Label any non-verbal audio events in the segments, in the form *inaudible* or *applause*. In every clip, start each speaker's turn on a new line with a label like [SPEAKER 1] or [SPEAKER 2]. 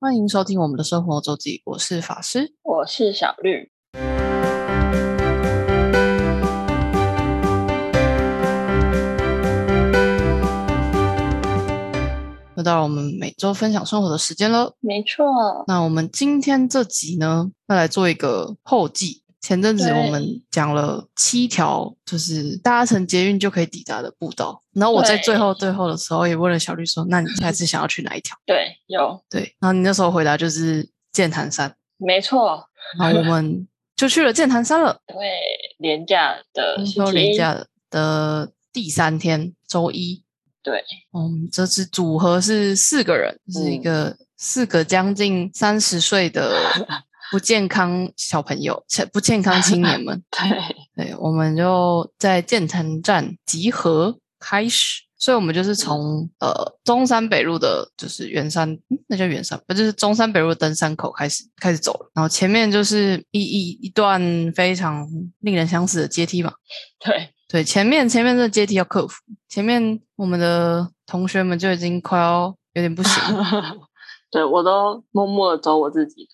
[SPEAKER 1] 欢迎收听我们的生活周记，我是法师。
[SPEAKER 2] 我是小绿。
[SPEAKER 1] 又到了我们每周分享生活的时间喽。
[SPEAKER 2] 没错，
[SPEAKER 1] 那我们今天这集呢，要来做一个后记。前阵子
[SPEAKER 2] 对
[SPEAKER 1] 我们讲了七条，就是搭乘捷运就可以抵达的步道。然后我在
[SPEAKER 2] 对
[SPEAKER 1] 最后最后的时候也问了小绿说：“那你下次想要去哪一条 *laughs*
[SPEAKER 2] 对，有，？”
[SPEAKER 1] 对，然后你那时候回答就是剑潭山，
[SPEAKER 2] 没错，
[SPEAKER 1] 然后我们就去了剑潭
[SPEAKER 2] *laughs*
[SPEAKER 1] 山了。
[SPEAKER 2] 因为廉价的
[SPEAKER 1] 公
[SPEAKER 2] 星
[SPEAKER 1] 休
[SPEAKER 2] 期
[SPEAKER 1] 连
[SPEAKER 2] 一
[SPEAKER 1] 嗯假的第三天，周一。
[SPEAKER 2] 对， *laughs*
[SPEAKER 1] 嗯，这次组合是四个人，是一
[SPEAKER 2] 嗯。
[SPEAKER 1] 个四个将近三十岁的不健康小朋友、小不健康青年们
[SPEAKER 2] 对，
[SPEAKER 1] 对，我们就在建潭站集合开始。所以我们就是从呃中山北路的，就是圆山，嗯那叫圆山，不就是中山北路的登山口开始开始走了，然后前面就是一一一段非常令人相似的阶梯嘛，
[SPEAKER 2] 对，。
[SPEAKER 1] 对，前面前面这阶梯要克服，前面我们的同学们就已经快要有点不行了
[SPEAKER 2] 对我都默默的走我自己的，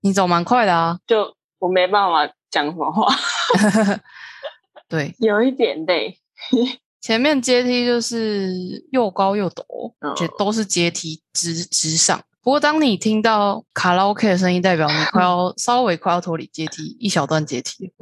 [SPEAKER 1] 你走蛮快的啊，
[SPEAKER 2] 就我没办法讲什么话， *laughs*
[SPEAKER 1] 对，
[SPEAKER 2] 有一点累。
[SPEAKER 1] 前面阶梯就是又高又陡，
[SPEAKER 2] 嗯
[SPEAKER 1] 且都是阶梯直直上。不过当你听到卡拉 OK 的声音，代表你快要稍微快要脱离阶梯一小段阶梯了，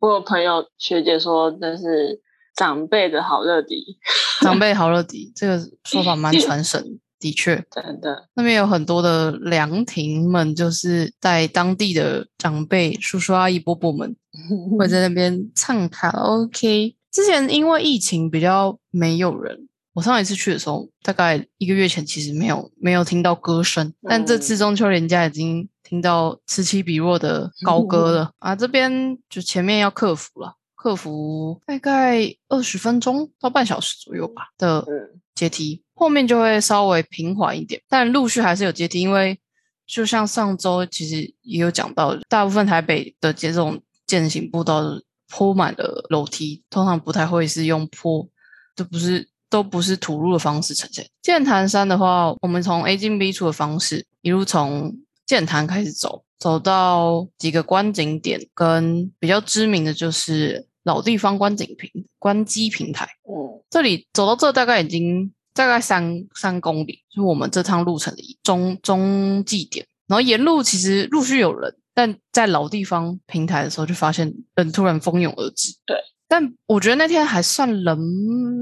[SPEAKER 2] 我有朋友学姐说，这是长辈的好乐迪，
[SPEAKER 1] 长辈好乐迪这个说法蛮传神的，的确。
[SPEAKER 2] 真的， *laughs*
[SPEAKER 1] 那边有很多的凉亭们，就是在当地的长辈、叔叔阿姨、伯伯们
[SPEAKER 2] 嗯
[SPEAKER 1] 会在那边唱卡拉 OK。之前因为疫情比较没有人，我上一次去的时候，大概一个月前，其实没有没有听到歌声，但这次中秋连假已经听到此起彼落的高歌了啊！这边就前面要克服了。克服大概二十分钟到半小时左右吧的
[SPEAKER 2] 嗯，
[SPEAKER 1] 阶梯，后面就会稍微平缓一点，但陆续还是有阶梯，因为就像上周其实也有讲到，大部分台北的这种健行步道铺满了楼梯，通常不太会是用坡，都不是都不是土路的方式呈现。剑潭山的话，我们从 A 进 B 出的方式，一路从剑潭开始走，走到几个观景点，跟比较知名的就是老地方观景平观机平台。
[SPEAKER 2] 嗯，
[SPEAKER 1] 这里走到这大概已经大概三三公里，就是我们这趟路程的一中中继点。然后沿路其实陆续有人，但在老地方平台的时候，就发现人突然蜂拥而至。
[SPEAKER 2] 对，
[SPEAKER 1] 但我觉得那天还算人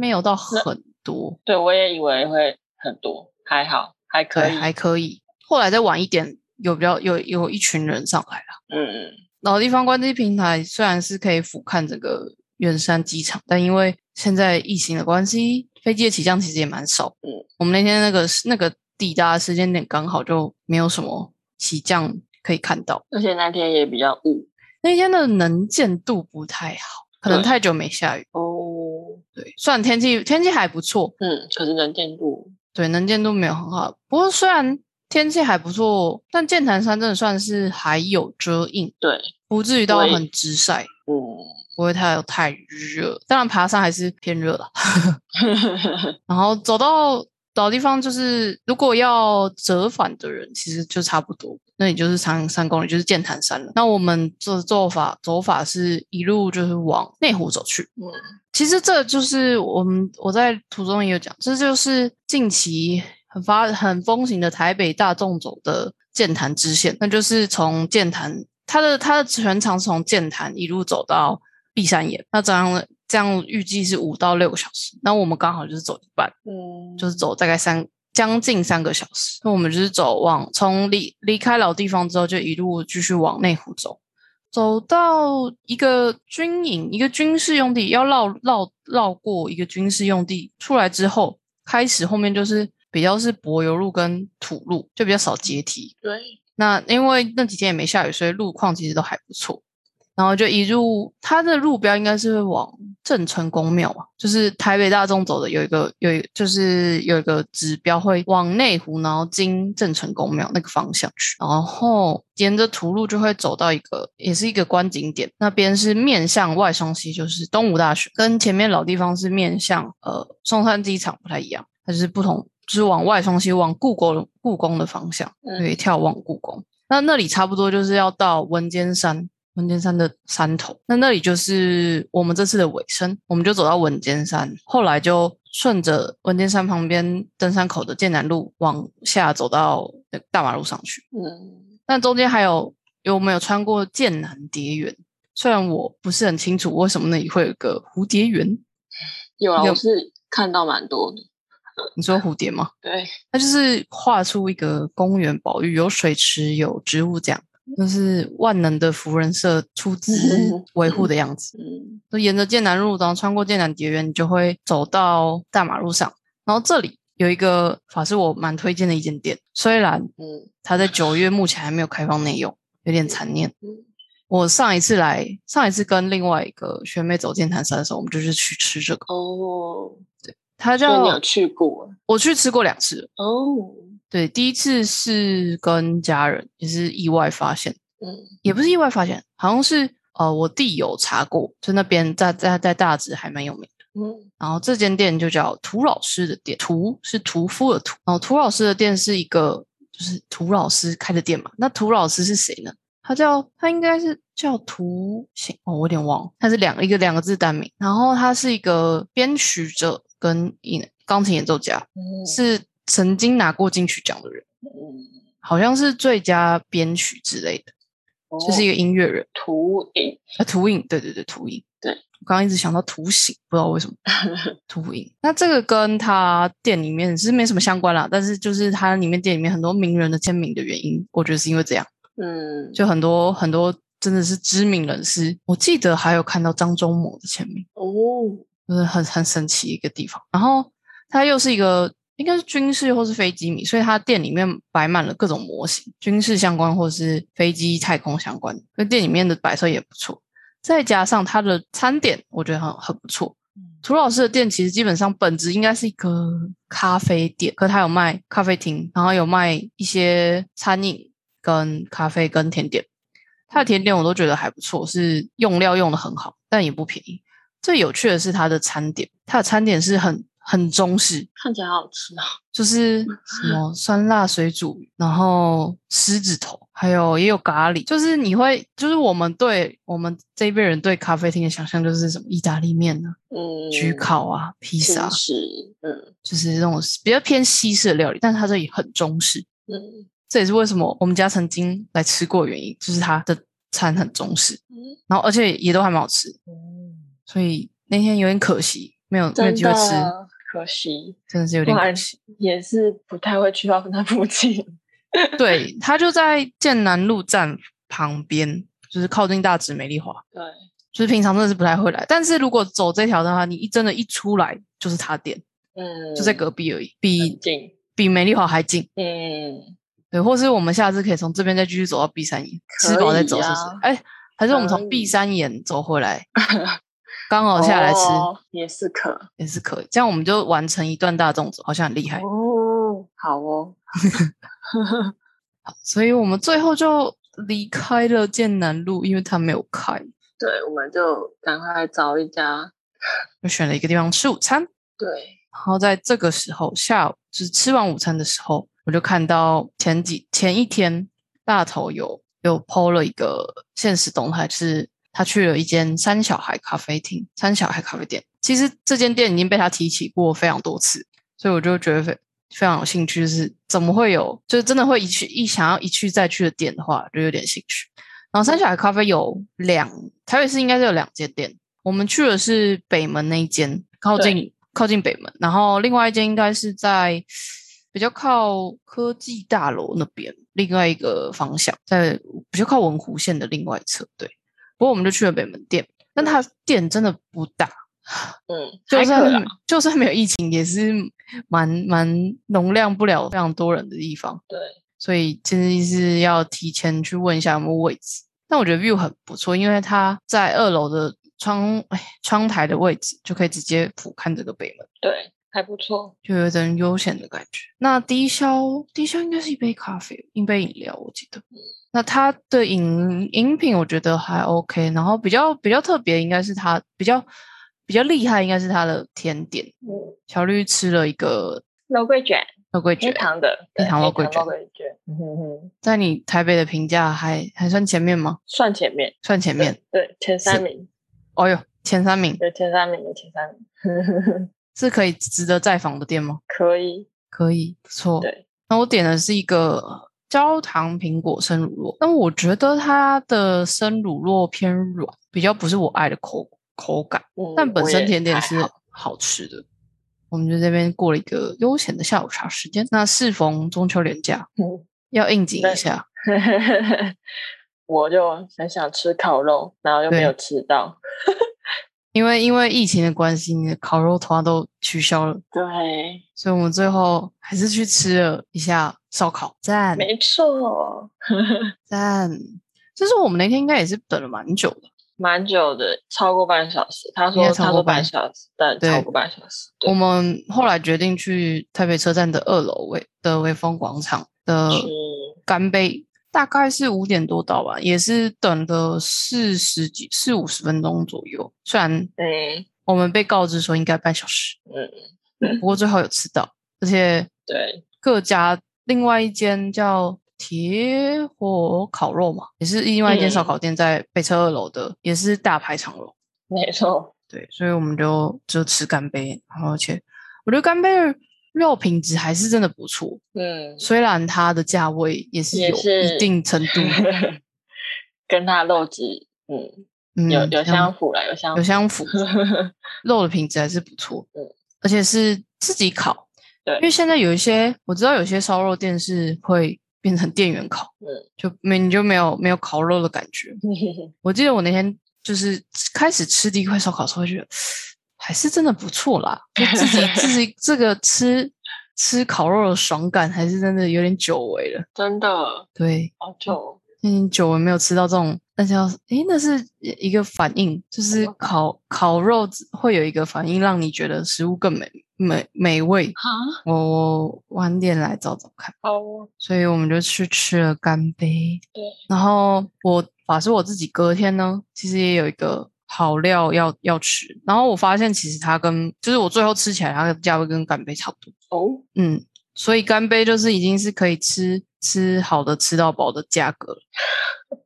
[SPEAKER 1] 没有到很多，
[SPEAKER 2] 对我也以为会很多，还好，还可
[SPEAKER 1] 对，
[SPEAKER 2] 以，
[SPEAKER 1] 还可以。后来再晚一点，有比较有有一群人上来了。
[SPEAKER 2] 嗯
[SPEAKER 1] 老地方关机平台虽然是可以俯瞰整个圆山机场，但因为现在疫情的关系，飞机的起降其实也蛮少。嗯
[SPEAKER 2] 嗯，
[SPEAKER 1] 我们那天那个那个抵达的时间点刚好就没有什么起降可以看到，
[SPEAKER 2] 而且那天也比较雾
[SPEAKER 1] 那天的能见度不太好，可能
[SPEAKER 2] 对
[SPEAKER 1] 太久没下雨。
[SPEAKER 2] 哦，
[SPEAKER 1] 对，虽然天气天气还不错，
[SPEAKER 2] 嗯，可是能见度
[SPEAKER 1] 对，能见度没有很好。不过虽然天气还不错，但剑潭山真的算是还有遮荫，
[SPEAKER 2] 对，
[SPEAKER 1] 不至于到
[SPEAKER 2] 所以
[SPEAKER 1] 很直晒。 *laughs*
[SPEAKER 2] 嗯，
[SPEAKER 1] 不会太太热，当然爬山还是偏热了。然后走到老地方，就是如果要折返的人，其实就差不多，那也就是长三公里，就是剑潭山了。那我们这做法走法是一路就是往内湖走去。
[SPEAKER 2] 嗯，
[SPEAKER 1] 其实这就是我们我在途中也有讲，这就是近期很发很风行的台北大众走的剑潭支线，那就是从剑潭它的它的全长是从剑潭一路走到碧山岩，那这样这样预计是五到六个小时，那我们刚好就是走一半，
[SPEAKER 2] 嗯，
[SPEAKER 1] 就是走大概三将近三个小时，那我们就是走往从离离开老地方之后，就一路继续往内湖走，走到一个军营，一个军事用地，要绕绕绕过一个军事用地出来之后，开始后面就是比较是柏油路跟土路，就比较少阶梯。
[SPEAKER 2] 对，
[SPEAKER 1] 那因为那几天也没下雨，所以路况其实都还不错。然后就一路，它的路标应该是会往郑成功庙啊，就是台北大众走的有一个有一就是有一个指标会往内湖，然后经郑成功庙那个方向去，然后沿着土路就会走到一个也是一个观景点，那边是面向外双溪，就是东吴大学，跟前面老地方是面向呃松山机场不太一样，它就是不同就是往外冲其实往故宫故宫的方向，
[SPEAKER 2] 嗯
[SPEAKER 1] 对，跳往故宫。那那里差不多就是要到文间山，文间山的山头。那那里就是我们这次的尾声，我们就走到文间山，后来就顺着文间山旁边登山口的剑南路往下走到那个大马路上去。
[SPEAKER 2] 嗯，
[SPEAKER 1] 但中间还有有没有穿过剑南蝶园？虽然我不是很清楚为什么那里会有个蝴蝶园，
[SPEAKER 2] 有啊，
[SPEAKER 1] 有
[SPEAKER 2] 我是看到蛮多的。
[SPEAKER 1] 你说蝴蝶吗？
[SPEAKER 2] 对，
[SPEAKER 1] 它就是画出一个公园保育，有水池，有植物，这样就是万能的福人社出资
[SPEAKER 2] *laughs* 嗯
[SPEAKER 1] 维护的样子。
[SPEAKER 2] 嗯
[SPEAKER 1] 就沿着剑南路，然后穿过剑南蝶园，你就会走到大马路上。然后这里有一个法师我蛮推荐的一间店，虽然
[SPEAKER 2] 嗯
[SPEAKER 1] 它在九月目前还没有开放内用，有点残念。
[SPEAKER 2] 嗯
[SPEAKER 1] 我上一次来，上一次跟另外一个学妹走剑潭山的时候，我们就是去吃这个，
[SPEAKER 2] 哦，
[SPEAKER 1] 它
[SPEAKER 2] 所以你
[SPEAKER 1] 叫
[SPEAKER 2] 有去过
[SPEAKER 1] 我去吃过两次了，
[SPEAKER 2] 哦？
[SPEAKER 1] 对，第一次是跟家人，也是意外发现，
[SPEAKER 2] 嗯
[SPEAKER 1] 也不是意外发现，好像是呃我弟有查过，就那边在在在大直还蛮有名的。
[SPEAKER 2] 嗯
[SPEAKER 1] 然后这间店就叫涂老师的店，涂是屠夫的屠，然后涂老师的店是一个就是涂老师开的店嘛。那涂老师是谁呢？他叫他应该是叫涂行哦，我有点忘了，他是两一个两个字单名。然后他是一个编曲者跟演钢琴演奏家，
[SPEAKER 2] 嗯
[SPEAKER 1] 是曾经拿过金曲奖的人。
[SPEAKER 2] 嗯，
[SPEAKER 1] 好像是最佳编曲之类的，就是一
[SPEAKER 2] 个
[SPEAKER 1] 个音乐人。
[SPEAKER 2] 哦图影，
[SPEAKER 1] 啊，图影，对对对，图影。
[SPEAKER 2] 对
[SPEAKER 1] 我刚刚一直想到图形，不知道为什么图影。那这个跟他店里面是没什么相关啦，但是就是他里面店里面很多名人的签名的原因，我觉得是因为这样，
[SPEAKER 2] 嗯，
[SPEAKER 1] 就很多很多真的是知名人士，我记得还有看到张忠谋的签名，
[SPEAKER 2] 哦，
[SPEAKER 1] 就是很很神奇一个地方。然后它又是一个应该是军事或是飞机迷，所以它店里面摆满了各种模型，军事相关或是飞机、太空相关的。那店里面的摆设也不错，再加上它的餐点，我觉得很很不错。涂老师的店其实基本上本质应该是一个咖啡店，可它有卖咖啡厅，然后有卖一些餐饮跟咖啡跟甜点。它的甜点我都觉得还不错，是用料用的很好，但也不便宜。最有趣的是它的餐点，它的餐点是很很中式，
[SPEAKER 2] 看起来好好吃啊，
[SPEAKER 1] 就是什
[SPEAKER 2] 嗯
[SPEAKER 1] 么酸辣水煮鱼，然后狮子头，还有也有咖喱，就是你会，就是我们对我们这一辈人对咖啡厅的想象就是什么意大利面啊、
[SPEAKER 2] 嗯，
[SPEAKER 1] 焗烤啊、披萨
[SPEAKER 2] 轻，食，嗯
[SPEAKER 1] 就是那种比较偏西式的料理，但是它这里很中式，
[SPEAKER 2] 嗯
[SPEAKER 1] 这也是为什么我们家曾经来吃过的原因，就是它的餐很中式，
[SPEAKER 2] 嗯
[SPEAKER 1] 然后而且也都还蛮好吃，
[SPEAKER 2] 嗯，
[SPEAKER 1] 所以那天有点可惜，没有没有
[SPEAKER 2] 真
[SPEAKER 1] 机会吃，
[SPEAKER 2] 的可惜，
[SPEAKER 1] 真的是有
[SPEAKER 2] 不
[SPEAKER 1] 点
[SPEAKER 2] 然
[SPEAKER 1] 可惜。
[SPEAKER 2] 也是不太会去到那附近。 *laughs*
[SPEAKER 1] 对，它就在剑南路站旁边，就是靠近大直美丽华。
[SPEAKER 2] 对，
[SPEAKER 1] 就是平常真的是不太会来，但是如果走这条的话，你一真的一出来就是他店，
[SPEAKER 2] 嗯，
[SPEAKER 1] 就在隔壁而已，比
[SPEAKER 2] 很近，
[SPEAKER 1] 比美丽华还近。
[SPEAKER 2] 嗯，
[SPEAKER 1] 对，或是我们下次可以从这边再继续走到碧山岩，吃饱再走，是不是
[SPEAKER 2] 可以啊？
[SPEAKER 1] 哎，还是我们
[SPEAKER 2] 可
[SPEAKER 1] 从
[SPEAKER 2] 以
[SPEAKER 1] 碧山岩走
[SPEAKER 2] *laughs*
[SPEAKER 1] 回来，刚好下来吃
[SPEAKER 2] 哦也是可
[SPEAKER 1] 也是可以。这样我们就完成一段大众走，好像很厉害。
[SPEAKER 2] 哦，好哦，
[SPEAKER 1] 所以我们最后就离开了剑南路，因为它没有开，
[SPEAKER 2] 对，我们就赶快找一家，
[SPEAKER 1] 就选了一个地方吃午餐。
[SPEAKER 2] 对，
[SPEAKER 1] 然后在这个时候，下午就是吃完午餐的时候，我就看到前几前一天大头有有 PO 了一个现实动态，是他去了一间三小孩咖啡厅，三小孩咖啡店。其实这间店已经被他提起过非常多次，所以我就觉得非非常有兴趣，就是怎么会有，就是真的会一去一想要一去再去的店的话，就有点兴趣。然后三小孩咖啡有两，台北市应该是有两间店，我们去的是北门那一间，靠近靠近北门，然后另外一间应该是在比较靠科技大楼那边，另外一个方向，在比较靠文湖线的另外一侧。对，不过我们就去了北门店，但它店真的不大，
[SPEAKER 2] 嗯，
[SPEAKER 1] 就
[SPEAKER 2] 还可
[SPEAKER 1] 算
[SPEAKER 2] 啦，
[SPEAKER 1] 就算没有疫情，也是蛮蛮容量不了非常多人的地方，
[SPEAKER 2] 对，
[SPEAKER 1] 所以建议是要提前去问一下有没有位置。但我觉得 view 很不错，因为它在二楼的窗哎窗台的位置就可以直接俯瞰整个北门，
[SPEAKER 2] 对，还不错，
[SPEAKER 1] 就有一种悠闲的感觉。那低消低消应该是一杯咖啡，一杯饮料，我记得。
[SPEAKER 3] 嗯
[SPEAKER 1] 那它的饮饮品我觉得还 OK，然后比较比较特别应该是它比较比较厉害应该是它的甜点，
[SPEAKER 2] 嗯，
[SPEAKER 1] 小绿吃了一个
[SPEAKER 2] 肉桂卷，
[SPEAKER 1] 肉桂
[SPEAKER 3] 黑
[SPEAKER 1] 卷，
[SPEAKER 3] 糖的，
[SPEAKER 1] 黑糖肉
[SPEAKER 3] 肉
[SPEAKER 1] 桂卷
[SPEAKER 3] 桂卷，嗯哼哼，
[SPEAKER 1] 在你台北的评价还还算前面吗？
[SPEAKER 3] 算前面，
[SPEAKER 1] 算前面。
[SPEAKER 3] 对，前三
[SPEAKER 1] 是
[SPEAKER 3] 名，
[SPEAKER 1] 哦哟，前三名
[SPEAKER 3] 有前三名， *laughs* 有前三名，
[SPEAKER 1] 是可以值得再访的店吗？
[SPEAKER 3] 可以，
[SPEAKER 1] 可以，不错。
[SPEAKER 3] 对，
[SPEAKER 1] 那我点的是一个焦糖苹果生乳酪，那我觉得它的生乳酪偏软，比较不是我爱的口口感，
[SPEAKER 3] 嗯
[SPEAKER 1] 但本
[SPEAKER 3] 我
[SPEAKER 1] 身
[SPEAKER 3] 也
[SPEAKER 1] 甜点
[SPEAKER 3] 还
[SPEAKER 1] 是好吃的。我们就这边过了一个悠闲的下午茶时间。那适逢中秋连假，
[SPEAKER 3] 嗯
[SPEAKER 1] 要应景
[SPEAKER 3] 对
[SPEAKER 1] 一下，
[SPEAKER 3] *laughs* 我就很想吃烤肉，然后又没
[SPEAKER 1] 对
[SPEAKER 3] 有吃到。
[SPEAKER 1] 因为因为疫情的关系，你的烤肉团都取消了，
[SPEAKER 2] 对，
[SPEAKER 1] 所以我们最后还是去吃了一下烧烤，赞
[SPEAKER 3] 没错，
[SPEAKER 1] 赞！就是我们那天应该也是等了蛮久的。
[SPEAKER 3] 蛮久的，超过半小时。他说
[SPEAKER 1] 应该超
[SPEAKER 3] 他
[SPEAKER 1] 过
[SPEAKER 3] 说半
[SPEAKER 1] 半
[SPEAKER 3] 小时，但
[SPEAKER 1] 对
[SPEAKER 3] 超过半小时。
[SPEAKER 1] 我
[SPEAKER 3] 对，
[SPEAKER 1] 们后来决定去台北车站的二楼微的微风广场的
[SPEAKER 3] 是
[SPEAKER 1] 干杯，大概是五点多到吧，也是等了四十几四五十分钟左右。虽然
[SPEAKER 3] 嗯，
[SPEAKER 1] 我们被告知说应该半小时，不过最后有吃到，而且
[SPEAKER 3] 对，
[SPEAKER 1] 各家另外一间叫铁火烤肉嘛，也是另外一间
[SPEAKER 3] 嗯
[SPEAKER 1] 烧烤店，在北车二楼的，也是大排长龙。
[SPEAKER 3] 没错，
[SPEAKER 1] 对，所以我们就就吃干杯，然后而且我觉得干杯的肉品质还是真的不错，
[SPEAKER 3] 嗯，
[SPEAKER 1] 虽然它的价位也是
[SPEAKER 3] 也
[SPEAKER 1] 有
[SPEAKER 3] 是
[SPEAKER 1] 一定程
[SPEAKER 3] *laughs*
[SPEAKER 1] 度，
[SPEAKER 3] 跟他肉质，嗯，
[SPEAKER 1] 嗯，
[SPEAKER 3] 有有
[SPEAKER 1] 这样
[SPEAKER 3] 相符了，有相
[SPEAKER 1] 有
[SPEAKER 3] 符。
[SPEAKER 1] 相符，肉的品质还是不错，
[SPEAKER 3] 嗯
[SPEAKER 1] 而且是自己烤，
[SPEAKER 3] 对
[SPEAKER 1] 因为现在有一些我知道有些烧肉店是会变成店员烤，
[SPEAKER 3] 嗯
[SPEAKER 1] 就没你就没有没有烤肉的感觉，我记得我那天就是开始吃第一块烧烤的时候，会觉得还是真的不错啦，就自己自己这个吃吃烤肉的爽感，还是真的有点久违了。
[SPEAKER 3] *laughs* 真的
[SPEAKER 1] 对，
[SPEAKER 3] 好久，哦
[SPEAKER 1] 嗯，久违没有吃到这种，那叫诶，那是一个反应，就是
[SPEAKER 3] 么
[SPEAKER 1] 烤烤肉会有一个反应，让你觉得食物更美美美味。
[SPEAKER 3] 哈，
[SPEAKER 1] 我我晚点来找找看。
[SPEAKER 3] 哦，
[SPEAKER 1] 所以我们就去吃了干杯。
[SPEAKER 3] 对，
[SPEAKER 1] 然后我法师我自己隔天呢，其实也有一个好料要要吃，然后我发现其实它跟就是我最后吃起来它的价位跟干杯差不多，
[SPEAKER 3] 哦，
[SPEAKER 1] 嗯，所以干杯就是已经是可以吃吃好的吃到饱的价格了，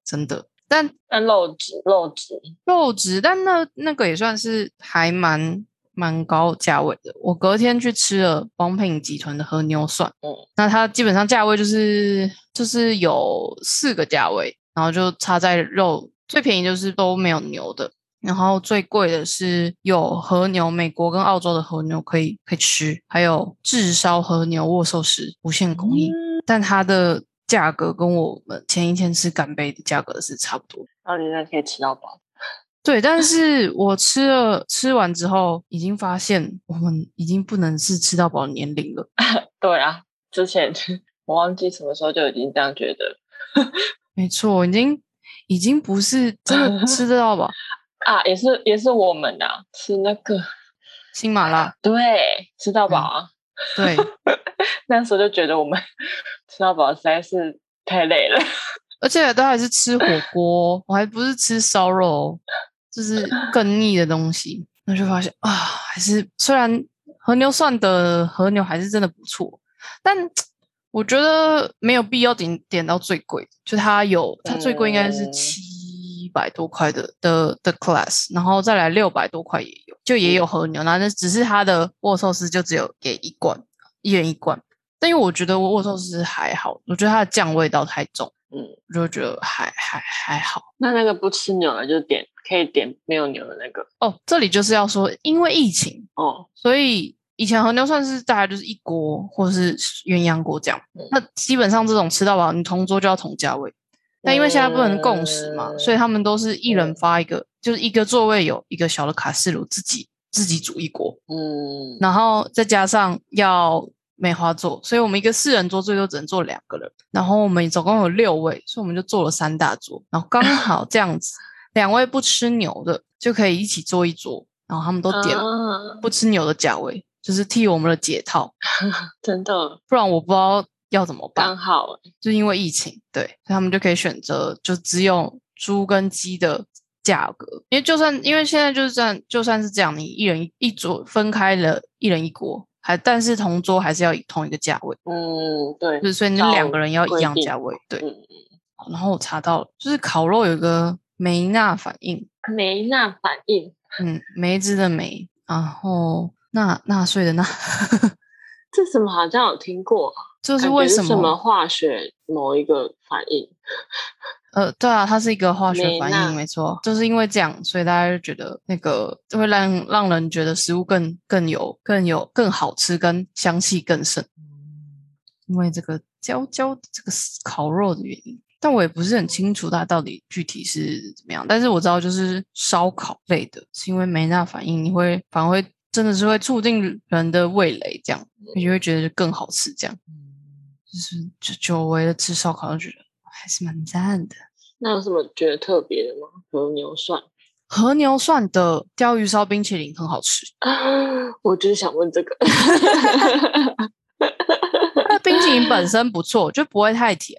[SPEAKER 1] 真的。但
[SPEAKER 3] 那肉质肉质，
[SPEAKER 1] 肉质，但那那个也算是还蛮蛮高价位的。我隔天去吃了王品集团的和牛涮，
[SPEAKER 3] 嗯
[SPEAKER 1] 那它基本上价位就是就是有四个价位，然后就差在肉最便宜就是都没有牛的，然后最贵的是有和牛，美国跟澳洲的和牛可以可以吃，还有炙烧和牛握寿司无限供应，
[SPEAKER 3] 嗯
[SPEAKER 1] 但它的价格跟我们前一天吃干杯的价格是差不多的。
[SPEAKER 3] 然后你那可以吃到饱。
[SPEAKER 1] 对，但是我吃了吃完之后，已经发现我们已经不能是吃到饱的年龄了。
[SPEAKER 3] 对啊，之前 *laughs* 我忘记什么时候就已经这样觉得
[SPEAKER 1] 没错，已经已经不是真的吃得到饱。 *laughs*
[SPEAKER 3] 啊，也是也是我们啊，吃那个
[SPEAKER 1] 新马拉，
[SPEAKER 3] 对吃到
[SPEAKER 1] 嗯
[SPEAKER 3] 饱啊，
[SPEAKER 1] 对，
[SPEAKER 3] 那时候就觉得我们 *laughs* 吃到饱实在是太累了， *laughs*
[SPEAKER 1] 而且都还是吃火锅，我还不是吃烧肉哦，就是更腻的东西。那就发现啊，还是虽然和牛涮的和牛还是真的不错，但我觉得没有必要点点到最贵，就它有它最贵应该是
[SPEAKER 3] 嗯
[SPEAKER 1] 七百多块的的的 class，然后再来六百多块也有，就也有和牛，那那只是它的握寿司就只有给一罐，一人一罐。但因为我觉得握寿司还好，我觉得它的酱味道太重，嗯
[SPEAKER 3] 嗯，
[SPEAKER 1] 我就觉得还还还好。
[SPEAKER 3] 那那个不吃牛的就点可以点没有牛的那个
[SPEAKER 1] 哦，这里就是要说，因为疫情，
[SPEAKER 3] 哦，
[SPEAKER 1] 所以以前和牛算是大概就是一锅或是鸳鸯锅这样。
[SPEAKER 3] 嗯
[SPEAKER 1] 那基本上这种吃到饱，你同桌就要同价位。但因为现在不能共识嘛，
[SPEAKER 3] 嗯
[SPEAKER 1] 所以他们都是一人发一个，就是一个座位有一个小的卡式炉，自己自己煮一锅，
[SPEAKER 3] 嗯，
[SPEAKER 1] 然后再加上要梅花座，所以我们一个四人桌最多只能坐两个人。然后我们总共有六位，所以我们就坐了三大桌，然后刚好这样子，两位不吃牛的就可以一起坐一桌，然后他们都点
[SPEAKER 3] 啊
[SPEAKER 1] 不吃牛的价位，就是替我们的解套，
[SPEAKER 3] 真的
[SPEAKER 1] 不然我不知道要怎么办
[SPEAKER 3] 刚。好
[SPEAKER 1] 就因为疫情，对，所以他们就可以选择就只有猪跟鸡的价格，因为就算因为现在就算就算是这样，你一人一一桌分开了，一人一锅，还但是同桌还是要以同一个价位，
[SPEAKER 3] 嗯，对
[SPEAKER 1] 就，是所以你
[SPEAKER 3] 照
[SPEAKER 1] 两个人要
[SPEAKER 3] 规
[SPEAKER 1] 一样
[SPEAKER 3] 定
[SPEAKER 1] 价位，对。
[SPEAKER 3] 嗯，
[SPEAKER 1] 然后我查到了，就是烤肉有一个梅纳反应，
[SPEAKER 3] 没那反应，
[SPEAKER 1] 嗯，梅子的梅，然后纳纳税的纳， *laughs*
[SPEAKER 3] 这怎么好像有听过？啊
[SPEAKER 1] 就
[SPEAKER 3] 就是
[SPEAKER 1] 为
[SPEAKER 3] 什
[SPEAKER 1] 什么？
[SPEAKER 3] 化学某一个反应？
[SPEAKER 1] 呃，对啊，它是一个化学
[SPEAKER 3] 梅
[SPEAKER 1] 反
[SPEAKER 3] 纳
[SPEAKER 1] 应，没错，就是因为这样，所以大家就觉得那个就会让让人觉得食物更更有更有更好吃，跟香气更盛，因为这个焦焦这个烤肉的原因。但我也不是很清楚它到底具体是怎么样，但是我知道就是烧烤类的，是因为梅纳反应，你会反而会真的是会促进人的味蕾，这样你就会觉得更好吃，这样就是就久违的吃烧烤，就觉得还是蛮赞的。
[SPEAKER 3] 那有什么觉得特别的吗？和牛涮，
[SPEAKER 1] 和牛涮的鲷鱼烧冰淇淋很好吃，
[SPEAKER 3] *laughs* 我就是想问这个。 *laughs*
[SPEAKER 1] 那冰淇淋本身不错，就不会太甜。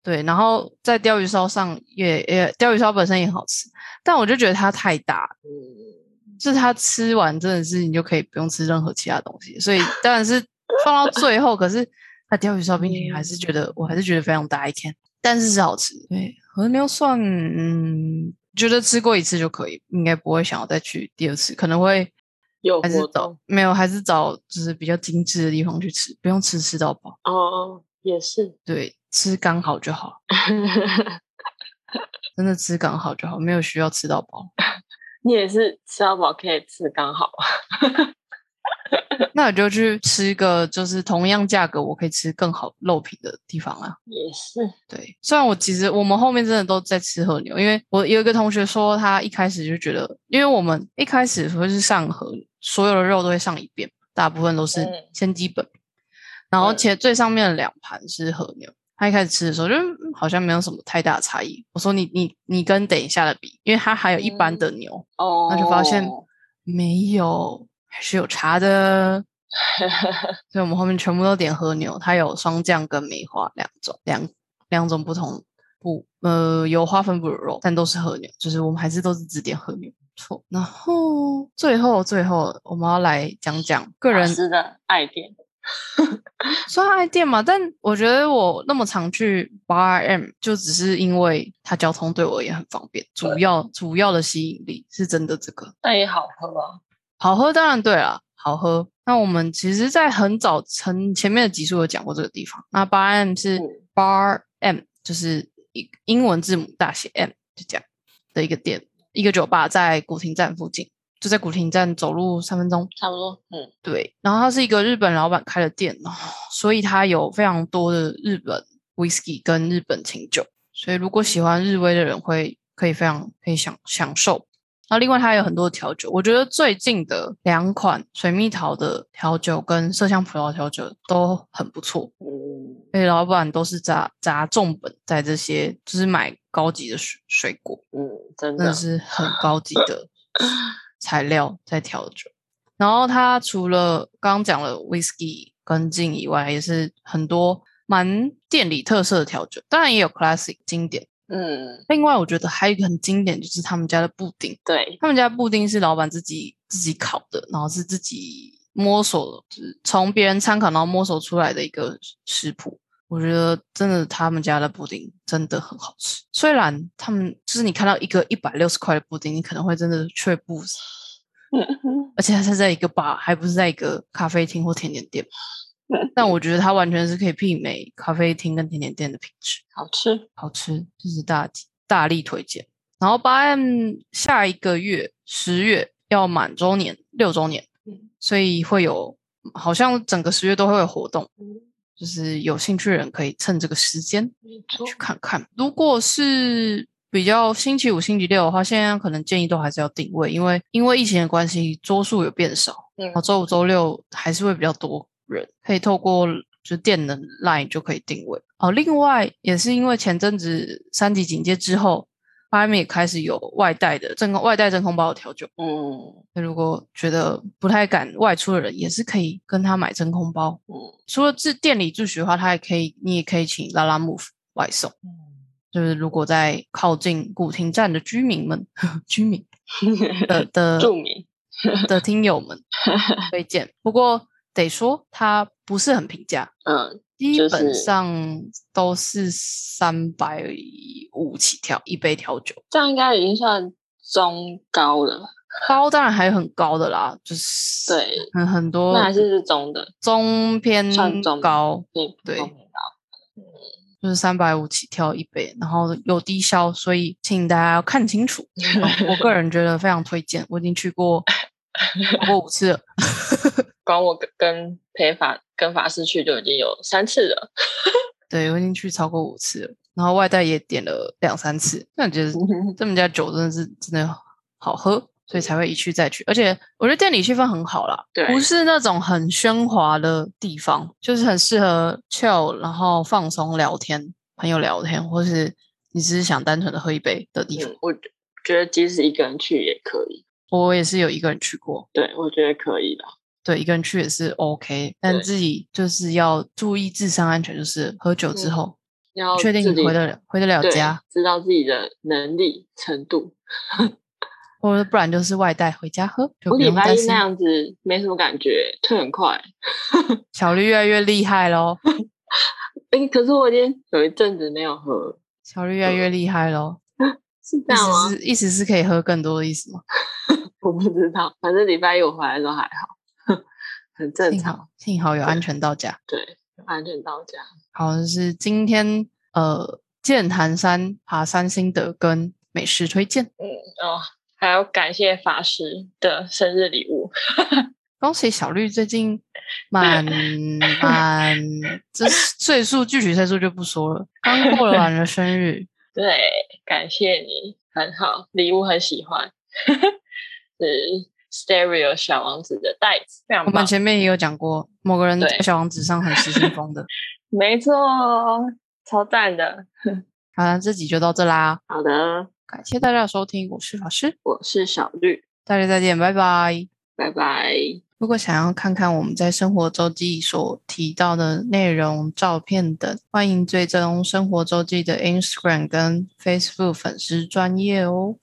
[SPEAKER 1] 对，然后在鲷鱼烧上也也鲷鱼烧本身也很好吃，但我就觉得它太大，
[SPEAKER 3] 嗯，
[SPEAKER 1] 就是它吃完真的是你就可以不用吃任何其他东西，所以当然是放到最后，可是它鲷鱼烧冰淇淋还是觉得我还是觉得非常大一天，但是是好吃。对，和牛涮，嗯，觉得吃过一次就可以，应该不会想要再去第二次，可能会
[SPEAKER 3] 有
[SPEAKER 1] 还是
[SPEAKER 3] 活
[SPEAKER 1] 找
[SPEAKER 3] 动
[SPEAKER 1] 没有，还是找就是比较精致的地方去吃，不用吃吃到饱，
[SPEAKER 3] 哦，也是。 *laughs*
[SPEAKER 1] 对，吃刚好就好，真的吃刚好就好，没有需要吃到饱。 *laughs*
[SPEAKER 3] 你也是吃到饱可以吃刚好，啊
[SPEAKER 1] 那我就去吃个就是同样价格我可以吃更好肉品的地方啊。
[SPEAKER 3] 也是。
[SPEAKER 1] 对，虽然我其实我们后面真的都在吃和牛，因为我有一个同学说他一开始就觉得，因为我们一开始会是上和所有的肉都会上一遍，大部分都是
[SPEAKER 3] 嗯
[SPEAKER 1] 先基本，然后
[SPEAKER 3] 嗯
[SPEAKER 1] 且最上面的两盘是和牛。他一开始吃的时候就嗯好像没有什么太大的差异。我说你你你跟等一下的比，因为它还有一般的牛，
[SPEAKER 3] 哦，
[SPEAKER 1] 那就发现没有还是有差 *laughs* 的。所以我们后面全部都点和牛，它有双酱跟梅花两种，两两种不同不呃有花粉补的肉，但都是和牛，就是我们还是都是只点和牛，不错。然后最后最后我们要来讲讲个
[SPEAKER 3] 个
[SPEAKER 1] 人
[SPEAKER 3] 吃的爱点，
[SPEAKER 1] *laughs* 算爱店嘛，但我觉得我那么常去 Bar M，就只是因为它交通对我也很方便，主要主要的吸引力是真的这个
[SPEAKER 3] 那也好喝啊吧？
[SPEAKER 1] 好喝，当然对啦，好喝。那我们其实，在很早很前面的集数有讲过这个地方。那 Bar M 是
[SPEAKER 3] 嗯
[SPEAKER 1] Bar M，就是英英文字母大写 M，就这样的一个店，一个酒吧，在古亭站附近，就在古亭站走路三分钟。
[SPEAKER 3] 差不多，嗯，
[SPEAKER 1] 对，然后它是一个日本老板开的店哦，所以它有非常多的日本 whisky 跟日本清酒，所以如果喜欢日威的人会可以非常可以享享受。然后另外它有很多调酒，我觉得最近的两款水蜜桃的调酒跟麝香葡萄调酒都很不错，
[SPEAKER 3] 嗯，
[SPEAKER 1] 而且老板都是砸砸重本在这些，就是买高级的水水果。
[SPEAKER 3] 嗯，真
[SPEAKER 1] 真的
[SPEAKER 3] 的
[SPEAKER 1] 是很高级的材料在调酒。然后它除了刚刚讲了 whisky 跟劲以外，也是很多蛮店里特色的调酒，当然也有 classic 经典。
[SPEAKER 3] 嗯，
[SPEAKER 1] 另外，我觉得还有一个很经典就是他们家的布丁，*laughs*
[SPEAKER 3] 对，
[SPEAKER 1] 他们家布丁是老板自己自己烤的，然后是自己摸索，就是从别人参考然后摸索出来的一个食谱。我觉得真的，他们家的布丁真的很好吃。虽然他们就是你看到一个一百六十块的布丁，你可能会真的却步，而且它是在一个吧，还不是在一个咖啡厅或甜点店。但我觉得它完全是可以媲美咖啡厅跟甜点店的品质。
[SPEAKER 3] 好吃，
[SPEAKER 1] 好吃，这是大吉大力推荐。然后八 M 下一个月十月要满周年六周年
[SPEAKER 3] 嗯，
[SPEAKER 1] 所以会有好像整个十月都会有活动，
[SPEAKER 3] 嗯，
[SPEAKER 1] 就是有兴趣的人可以趁这个时间
[SPEAKER 3] 没错
[SPEAKER 1] 去，看看。如果是比较星期五、星期六的话，现在可能建议都还是要定位，因为因为疫情的关系，桌数有变少，
[SPEAKER 3] 嗯
[SPEAKER 1] 然后周五、周六还是会比较多人，可以透过就电能 Line 就可以定位。哦，另外也是因为前阵子三级警戒之后，外面也开始有外带的真空外带真空包的调酒，
[SPEAKER 3] 嗯
[SPEAKER 1] 那如果觉得不太敢外出的人，也是可以跟他买真空包。
[SPEAKER 3] 嗯
[SPEAKER 1] 除了自店里自取的话，他也可以，你也可以请拉拉 move 外送。
[SPEAKER 3] 嗯
[SPEAKER 1] 就是如果在靠近古亭站的居民们， *laughs* 居民
[SPEAKER 3] 嗯，
[SPEAKER 1] 的的
[SPEAKER 3] *laughs* 著名，
[SPEAKER 1] *laughs*
[SPEAKER 2] *laughs*
[SPEAKER 1] 的听友们推荐。不过得说它不是很平价，
[SPEAKER 2] 嗯，
[SPEAKER 1] 基
[SPEAKER 2] 就是
[SPEAKER 1] 本上都是三百五起跳一杯调酒，
[SPEAKER 2] 这样应该已经算中高了吧，
[SPEAKER 1] 高当然还有很高的啦，就是
[SPEAKER 2] 对，
[SPEAKER 1] 很很多
[SPEAKER 2] 那还是是中的，
[SPEAKER 1] 中偏
[SPEAKER 2] 算中
[SPEAKER 1] 高，
[SPEAKER 2] 对
[SPEAKER 1] 对
[SPEAKER 2] 中
[SPEAKER 1] 就是三百五起跳一杯，然后有低消，所以请大家要看
[SPEAKER 2] *laughs*
[SPEAKER 1] 清楚。哦我个人觉得非常推荐，我已经去过超过五次了。
[SPEAKER 3] 光我跟跟陪法跟法师去就已经有三次
[SPEAKER 1] *laughs*
[SPEAKER 3] 了，
[SPEAKER 1] 对，我已经去超过五次了，然后外带也点了两三次，那觉得他们家酒真的是真的好喝，所以才会一去再去。而且我觉得店里气氛很好啦，
[SPEAKER 3] 对
[SPEAKER 1] 不是那种很喧哗的地方，就是很适合 chill，然后放松聊天，朋友聊天，或是你只是想单纯的喝一杯的地方。
[SPEAKER 2] 嗯
[SPEAKER 3] 我觉觉得即使一个人去也可以，
[SPEAKER 1] 我也是有一个人去过，
[SPEAKER 2] 对，我觉得可以的，
[SPEAKER 1] 对，一个人去也是 OK，但
[SPEAKER 3] 对
[SPEAKER 1] 自己就是要注意自身安全，就是喝酒之
[SPEAKER 3] 嗯
[SPEAKER 1] 后，
[SPEAKER 2] 要
[SPEAKER 1] 确定
[SPEAKER 2] 自
[SPEAKER 1] 你
[SPEAKER 2] 己
[SPEAKER 1] 回得了回得了
[SPEAKER 2] 对
[SPEAKER 1] 家，，
[SPEAKER 2] 知道自己的能力程度。
[SPEAKER 1] 或者不然就是外带回家喝，
[SPEAKER 2] 我
[SPEAKER 1] 就不
[SPEAKER 2] 礼
[SPEAKER 1] 用
[SPEAKER 2] 拜
[SPEAKER 1] 担
[SPEAKER 2] 一
[SPEAKER 1] 心
[SPEAKER 2] 那。样子没什么感觉，退很快。
[SPEAKER 1] 小绿越来越厉害喽，
[SPEAKER 2] 哎、可是我已经有一阵子没有喝了，
[SPEAKER 1] 小绿越来越厉害喽，
[SPEAKER 2] 是这
[SPEAKER 1] 意
[SPEAKER 2] 样吗
[SPEAKER 1] 思？是意思是可以喝更多的意思吗？
[SPEAKER 2] 我不知道，反正礼拜一我回来的时候还好， *laughs* 很正
[SPEAKER 1] 幸
[SPEAKER 2] 常，
[SPEAKER 1] 好幸好有
[SPEAKER 2] 对
[SPEAKER 1] 安全到家。
[SPEAKER 2] 对，安全到家。
[SPEAKER 1] 好，就是今天呃，剑潭山爬山心得跟美食推荐，
[SPEAKER 3] 哦，还要感谢法师的生日礼物，
[SPEAKER 1] 恭喜小绿最近满满，这岁数具体岁数就不说了，刚过了完了生日，
[SPEAKER 3] 对，感谢你，很好，礼物很喜欢， *laughs* 是 Stereo 小王子的袋子，非常
[SPEAKER 1] 我们
[SPEAKER 3] 棒，
[SPEAKER 1] 前面也有讲过，某个人
[SPEAKER 3] 对
[SPEAKER 1] 在小王子上很失心疯的。
[SPEAKER 3] 没错，哦超赞的，
[SPEAKER 1] 好了，这集就到这啦，
[SPEAKER 2] 好的，
[SPEAKER 1] 感谢大家的收听，我是法师，
[SPEAKER 2] 我是小绿，
[SPEAKER 1] 大家再见，拜拜。
[SPEAKER 2] 拜拜。
[SPEAKER 1] 如果想要看看我们在生活周记所提到的内容、照片等，欢迎追踪生活周记的 Instagram 跟 Facebook 粉丝专业哦。